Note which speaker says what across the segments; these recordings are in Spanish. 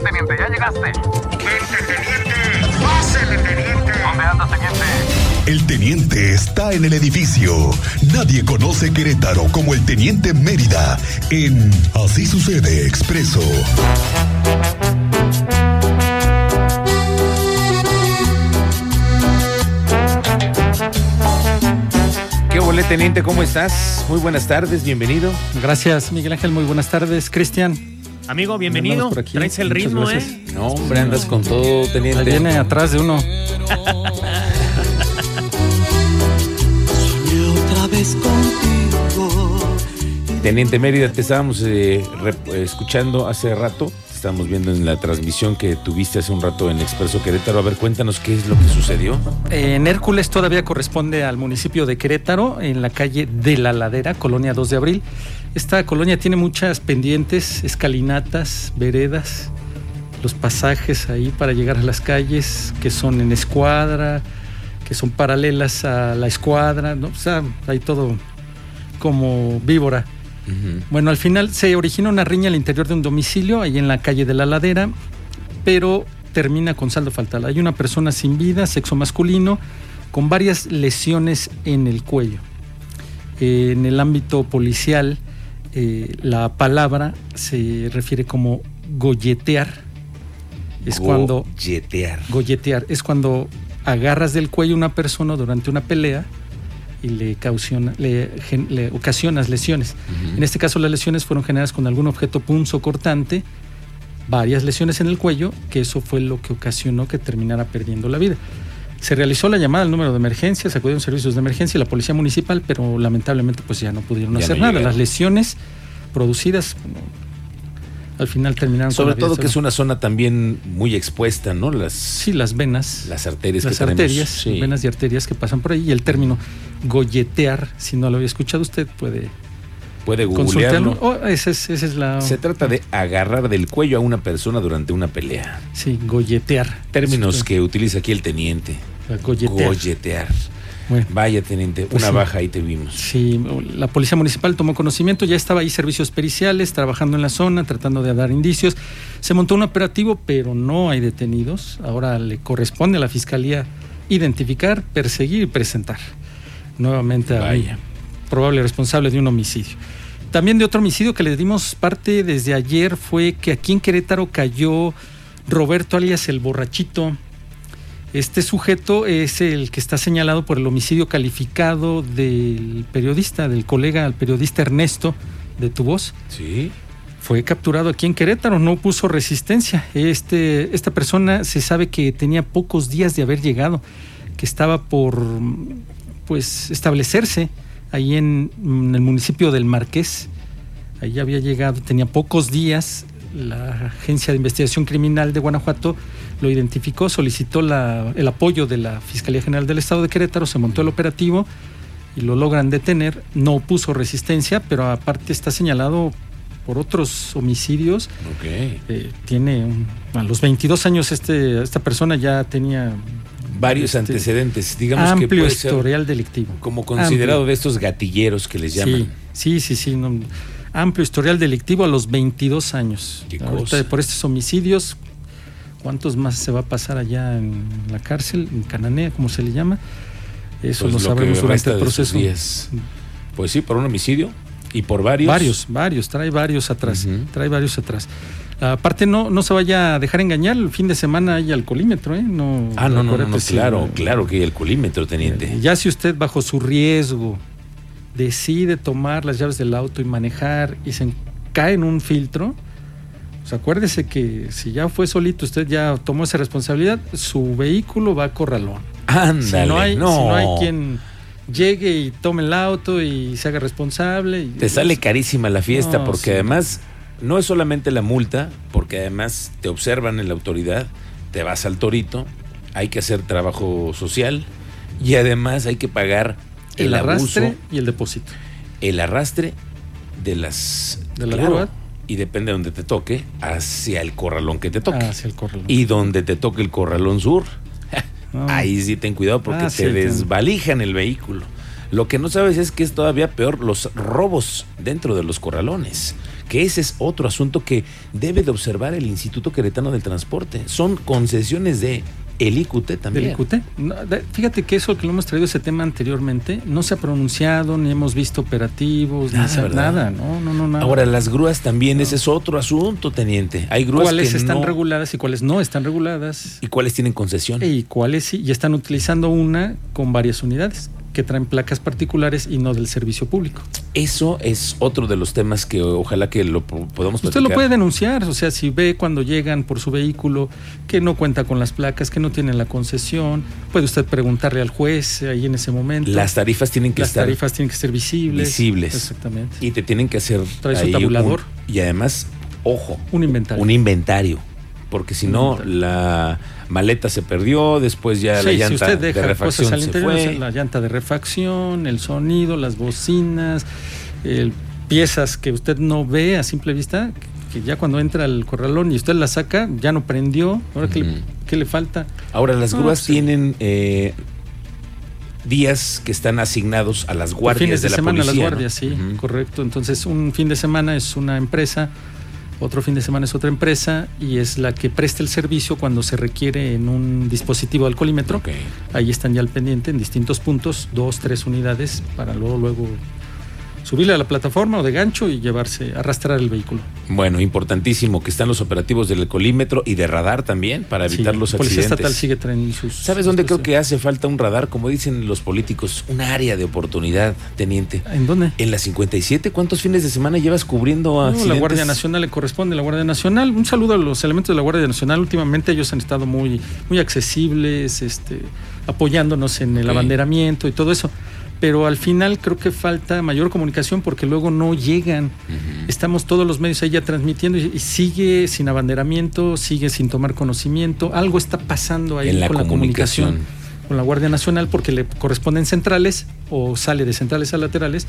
Speaker 1: Teniente, ya llegaste.
Speaker 2: Vente, teniente. Pásele, teniente.
Speaker 1: ¿Dónde anda, teniente?
Speaker 3: El teniente está en el edificio. Nadie conoce Querétaro como el teniente Mérida en Así sucede expreso.
Speaker 4: ¿Qué bolé, teniente? ¿Cómo estás? Muy buenas tardes, bienvenido.
Speaker 5: Gracias, Miguel Ángel. Muy buenas tardes, Cristian.
Speaker 6: Amigo, bienvenido.
Speaker 5: Andamos por aquí.
Speaker 6: Traes el
Speaker 5: Muchas
Speaker 6: ritmo,
Speaker 5: gracias.
Speaker 6: ¿eh?
Speaker 4: No, hombre, andas con todo,
Speaker 5: Ahí
Speaker 4: teniente.
Speaker 5: viene atrás de uno.
Speaker 4: Teniente Mérida, te estábamos eh, re- escuchando hace rato, te estábamos viendo en la transmisión que tuviste hace un rato en Expreso Querétaro. A ver, cuéntanos qué es lo que sucedió.
Speaker 5: Eh, En Hércules todavía corresponde al municipio de Querétaro, en la calle de la Ladera, colonia 2 de abril. Esta colonia tiene muchas pendientes, escalinatas, veredas, los pasajes ahí para llegar a las calles, que son en escuadra, que son paralelas a la escuadra, ¿no? o sea, hay todo como víbora. Bueno, al final se origina una riña al interior de un domicilio, ahí en la calle de la ladera, pero termina con saldo fatal. Hay una persona sin vida, sexo masculino, con varias lesiones en el cuello. Eh, en el ámbito policial, eh, la palabra se refiere como golletear. Es
Speaker 4: Oh.
Speaker 5: cuando
Speaker 4: Golletear.
Speaker 5: golletear es cuando agarras del cuello a una persona durante una pelea y le, cauciona- le, gen- le ocasionas lesiones. En este caso las lesiones fueron generadas con algún objeto punzo cortante, varias lesiones en el cuello, que eso fue lo que ocasionó que terminara perdiendo la vida. Se realizó la llamada al número de emergencia, se acudieron servicios de emergencia y la policía municipal, pero lamentablemente pues ya no pudieron
Speaker 4: Ya no
Speaker 5: hacer nada.
Speaker 4: llegaron.
Speaker 5: Las lesiones producidas bueno, al final terminaron con
Speaker 4: Sobre
Speaker 5: la vida
Speaker 4: todo que es
Speaker 5: solo.
Speaker 4: una zona también muy expuesta, ¿no? Las,
Speaker 5: Sí, las venas.
Speaker 4: las arterias
Speaker 5: las
Speaker 4: que tenemos.
Speaker 5: arterias,
Speaker 4: Sí.
Speaker 5: venas y arterias que pasan por ahí. Y el término golletear, si no lo había escuchado usted, puede
Speaker 4: Puede
Speaker 5: consultarlo.
Speaker 4: googlearlo.
Speaker 5: Oh, esa, es, esa es la...
Speaker 4: Se trata de agarrar del cuello a una persona durante una pelea.
Speaker 5: Sí, golletear.
Speaker 4: Términos
Speaker 5: Sí,
Speaker 4: que utiliza aquí el teniente.
Speaker 5: la Golletear.
Speaker 4: Golletear.
Speaker 5: Bueno,
Speaker 4: Vaya, teniente,
Speaker 5: Pues
Speaker 4: una
Speaker 5: sí.
Speaker 4: baja ahí te vimos.
Speaker 5: sí, la policía municipal tomó conocimiento, ya estaba ahí servicios periciales, trabajando en la zona, tratando de dar indicios. Se montó un operativo, pero no hay detenidos. Ahora le corresponde a la fiscalía identificar, perseguir y presentar nuevamente a un
Speaker 4: Vaya.
Speaker 5: probable responsable de un homicidio. También de otro homicidio que le dimos parte desde ayer fue que aquí en Querétaro cayó Roberto alias el borrachito. Este sujeto es el que está señalado por el homicidio calificado del periodista, del colega, el periodista Ernesto de Tu Voz.
Speaker 4: Sí.
Speaker 5: Fue capturado aquí en Querétaro, no puso resistencia. Este, esta persona se sabe que tenía pocos días de haber llegado, que estaba por mm, pues establecerse ahí en, mm, el municipio del Marqués. Ahí había llegado, tenía pocos días. La Agencia de Investigación Criminal de Guanajuato lo identificó, solicitó la- el apoyo de la Fiscalía General del Estado de Querétaro, se montó el operativo y lo logran detener. No puso resistencia, pero aparte está señalado por otros homicidios.
Speaker 4: Ok.
Speaker 5: Eh, tiene un- a los 22 años este, esta persona ya tenía
Speaker 4: Varios
Speaker 5: Este,
Speaker 4: antecedentes, digamos que
Speaker 5: amplio
Speaker 4: puede ser
Speaker 5: historial delictivo.
Speaker 4: como considerado
Speaker 5: Amplio.
Speaker 4: de estos gatilleros que les
Speaker 5: Sí,
Speaker 4: llaman.
Speaker 5: sí, sí, sí, no, amplio historial delictivo a los 22 años.
Speaker 4: Qué
Speaker 5: Ahorita
Speaker 4: cosa.
Speaker 5: por estos homicidios, ¿cuántos más se va a pasar allá en la cárcel, en Cananea, como se le llama? Eso
Speaker 4: Pues
Speaker 5: lo,
Speaker 4: lo que
Speaker 5: sabremos durante
Speaker 4: resta
Speaker 5: el
Speaker 4: de sus
Speaker 5: proceso.
Speaker 4: días. Pues sí, por un homicidio y por varios.
Speaker 5: Varios, varios, trae varios atrás,
Speaker 4: Ujú.
Speaker 5: trae varios atrás. Aparte no, no se vaya a dejar engañar, el fin de semana hay alcoholímetro, ¿eh? No,
Speaker 4: Ah, no, no, no, no,
Speaker 5: acuérdate si-
Speaker 4: claro, claro que el colímetro, teniente.
Speaker 5: Ya si usted bajo su riesgo decide tomar las llaves del auto y manejar y se en- cae en un filtro, pues acuérdese que si ya fue solito, usted ya tomó esa responsabilidad, su vehículo va a corralón. Si
Speaker 4: Ándale,
Speaker 5: no, hay, si
Speaker 4: no.
Speaker 5: no hay quien llegue y tome el auto y se haga responsable. y-
Speaker 4: Te sale carísima la fiesta
Speaker 5: No,
Speaker 4: porque
Speaker 5: sí.
Speaker 4: además no es solamente la multa, porque además te observan en la autoridad, te vas al torito, hay que hacer trabajo social y además hay que pagar el,
Speaker 5: el, arrastre
Speaker 4: abuso,
Speaker 5: y el depósito.
Speaker 4: el arrastre de las
Speaker 5: De la grúa.
Speaker 4: y depende de donde te toque, hacia el corralón que te toque.
Speaker 5: Hacia Ah, el corralón. Ah,
Speaker 4: Y donde te toque el corralón sur,
Speaker 5: No.
Speaker 4: Ahí sí ten cuidado porque
Speaker 5: Ah,
Speaker 4: te
Speaker 5: sí, ten-
Speaker 4: desvalijan el vehículo. Lo que no sabes es que es todavía peor los robos dentro de los corralones. que ese es otro asunto que debe de observar el Instituto Queretano del Transporte. Son concesiones de el IQT también.
Speaker 5: ¿Del IQT? No, de- fíjate que eso que lo hemos traído ese tema anteriormente, no se ha pronunciado, ni hemos visto operativos,
Speaker 4: Nada,
Speaker 5: ni se-
Speaker 4: ¿verdad?
Speaker 5: nada, no, no, no, nada.
Speaker 4: Ahora, las grúas también, ese es otro asunto, teniente. Hay grúas
Speaker 5: cuáles
Speaker 4: que
Speaker 5: están
Speaker 4: no-
Speaker 5: reguladas y cuáles no están reguladas
Speaker 4: y cuáles tienen concesión.
Speaker 5: y cuáles sí, y están utilizando una con varias unidades que traen placas particulares y no del servicio público.
Speaker 4: Eso es otro de los temas que ojalá que lo po- podamos
Speaker 5: Usted lo
Speaker 4: platicar.
Speaker 5: puede denunciar, o sea, si ve cuando llegan por su vehículo que no cuenta con las placas, que no tiene la concesión, puede usted preguntarle al juez eh, ahí en ese momento.
Speaker 4: Las tarifas tienen que
Speaker 5: Las
Speaker 4: estar
Speaker 5: tarifas tienen que ser visibles.
Speaker 4: visibles.
Speaker 5: Exactamente.
Speaker 4: y te tienen que hacer
Speaker 5: Trae su
Speaker 4: ahí un-
Speaker 5: tabulador.
Speaker 4: y además, ojo,
Speaker 5: un inventario.
Speaker 4: un inventario. Porque si
Speaker 5: Un
Speaker 4: no,
Speaker 5: inventario.
Speaker 4: la maleta se perdió, después ya la
Speaker 5: Sí,
Speaker 4: llanta
Speaker 5: si usted
Speaker 4: de
Speaker 5: deja
Speaker 4: refacción
Speaker 5: cosas al
Speaker 4: se
Speaker 5: interior, o
Speaker 4: fue.
Speaker 5: sea, la llanta de refacción, el sonido, las bocinas, el- piezas que usted no ve a simple vista, que ya cuando entra al corralón y usted la saca, ya no prendió. Ahora, ¿qué,
Speaker 4: Ujú.
Speaker 5: le, qué le falta?
Speaker 4: Ahora, las
Speaker 5: Ah,
Speaker 4: grúas
Speaker 5: sí.
Speaker 4: tienen eh, días que están asignados a las
Speaker 5: Por
Speaker 4: guardias
Speaker 5: fines de,
Speaker 4: la
Speaker 5: semana
Speaker 4: policía.
Speaker 5: las
Speaker 4: ¿no?
Speaker 5: guardias, sí,
Speaker 4: Ujú.
Speaker 5: correcto. Entonces, un fin de semana es una empresa, otro fin de semana es otra empresa y es la que presta el servicio cuando se requiere en un dispositivo de alcoholímetro.
Speaker 4: Ok.
Speaker 5: Ahí están ya al pendiente en distintos puntos, dos, tres unidades para luego luego subirle a la plataforma o de gancho y llevarse, arrastrar el vehículo.
Speaker 4: Bueno, importantísimo que están los operativos del colímetro y de radar también para evitar
Speaker 5: Sí,
Speaker 4: los
Speaker 5: Policía
Speaker 4: accidentes.
Speaker 5: estatal sigue trayendo sus.
Speaker 4: ¿Sabes dónde creo
Speaker 5: sus-
Speaker 4: que hace falta un radar? Como dicen los políticos, un área de oportunidad, teniente.
Speaker 5: ¿En dónde?
Speaker 4: En la 57, ¿cuántos fines de semana llevas cubriendo
Speaker 5: No,
Speaker 4: a
Speaker 5: la Guardia Nacional le corresponde, la Guardia Nacional. Un saludo a los elementos de la Guardia Nacional. Últimamente ellos han estado muy, muy accesibles, este, apoyándonos en el
Speaker 4: Ok.
Speaker 5: abanderamiento y todo eso. Pero al final creo que falta mayor comunicación porque luego no llegan. Estamos todos los medios ahí ya transmitiendo y, y sigue sin abanderamiento, sigue sin tomar conocimiento. Algo está pasando ahí
Speaker 4: En la
Speaker 5: con
Speaker 4: comunicación.
Speaker 5: la comunicación con la Guardia Nacional porque le corresponden centrales o sale de centrales a laterales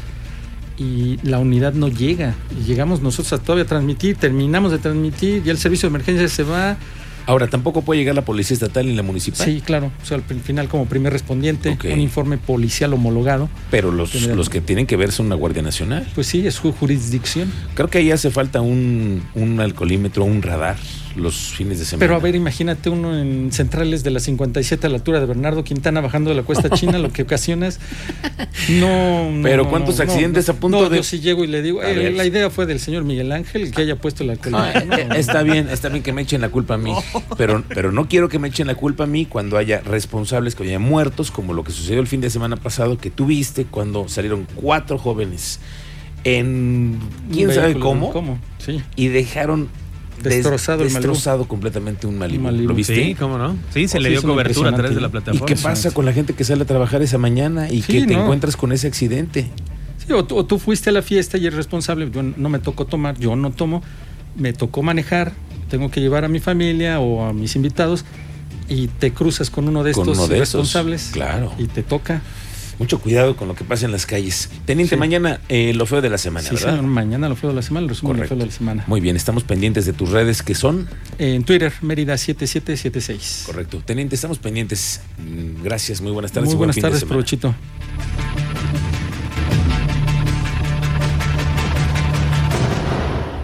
Speaker 5: y la unidad no llega. Y llegamos nosotros a todavía transmitir, terminamos de transmitir, ya el servicio de emergencia se va.
Speaker 4: Ahora, tampoco puede llegar la policía estatal y la municipal.
Speaker 5: Sí, claro, o sea, al pr- final como primer respondiente,
Speaker 4: Ok.
Speaker 5: un informe policial homologado,
Speaker 4: Pero los,
Speaker 5: Tendría-
Speaker 4: los que tienen que ver son la Guardia Nacional.
Speaker 5: pues sí, es su jurisdicción.
Speaker 4: Creo que ahí hace falta un, un alcoholímetro, un radar los fines de semana.
Speaker 5: Pero a ver, imagínate uno en centrales de la 57 a la altura de Bernardo Quintana bajando de la cuesta china, lo que ocasiona es no. no,
Speaker 4: Pero
Speaker 5: no,
Speaker 4: ¿cuántos
Speaker 5: no,
Speaker 4: accidentes
Speaker 5: no,
Speaker 4: a punto
Speaker 5: no,
Speaker 4: de-
Speaker 5: Yo sí llego y le digo,
Speaker 4: A
Speaker 5: "Eh,
Speaker 4: ver.
Speaker 5: la idea fue del señor Miguel Ángel que haya puesto la
Speaker 4: No,
Speaker 5: cola.
Speaker 4: eh, eh, está bien, está bien que me echen la culpa a mí, pero, pero no quiero que me echen la culpa a mí cuando haya responsables, que haya muertos, como lo que sucedió el fin de semana pasado, que tuviste cuando salieron cuatro jóvenes en quién sabe cómo,
Speaker 5: ¿Cómo? Sí.
Speaker 4: y dejaron des-
Speaker 5: Destrozado el Malibu.
Speaker 4: destrozado completamente un Malibu.
Speaker 5: Malibu.
Speaker 4: ¿Lo viste?
Speaker 6: Sí, cómo no. Sí, se
Speaker 5: Oh,
Speaker 6: le
Speaker 5: sí,
Speaker 6: dio
Speaker 5: es una
Speaker 6: cobertura a través
Speaker 5: impresionante,
Speaker 6: de la
Speaker 5: ¿no?
Speaker 4: ¿Y
Speaker 6: plataforma.
Speaker 4: qué pasa con la gente que sale a trabajar esa mañana y
Speaker 5: Sí,
Speaker 4: que te
Speaker 5: no.
Speaker 4: encuentras con ese accidente?
Speaker 5: Sí, o, tú- o tú fuiste a la fiesta y eres responsable. Yo no me tocó tomar, yo no tomo. Me tocó manejar, tengo que llevar a mi familia o a mis invitados y te cruzas con uno de
Speaker 4: Con
Speaker 5: estos
Speaker 4: uno de esos,
Speaker 5: responsables.
Speaker 4: claro.
Speaker 5: Y te toca.
Speaker 4: Mucho cuidado con lo que pasa en las calles. Teniente,
Speaker 5: Sí.
Speaker 4: mañana eh, lo feo de la semana,
Speaker 5: Sí,
Speaker 4: ¿verdad?
Speaker 5: señor, mañana lo fue de la semana, el resumen de lo
Speaker 4: Correcto.
Speaker 5: feo de la semana.
Speaker 4: Muy bien, estamos pendientes de tus redes que son.
Speaker 5: En Twitter, Mérida 7776.
Speaker 4: Correcto. Teniente, estamos pendientes. Mm, Gracias, muy buenas tardes.
Speaker 5: Muy
Speaker 4: y buen
Speaker 5: buenas
Speaker 4: fin de
Speaker 5: tardes,
Speaker 4: semana.
Speaker 5: Provechito.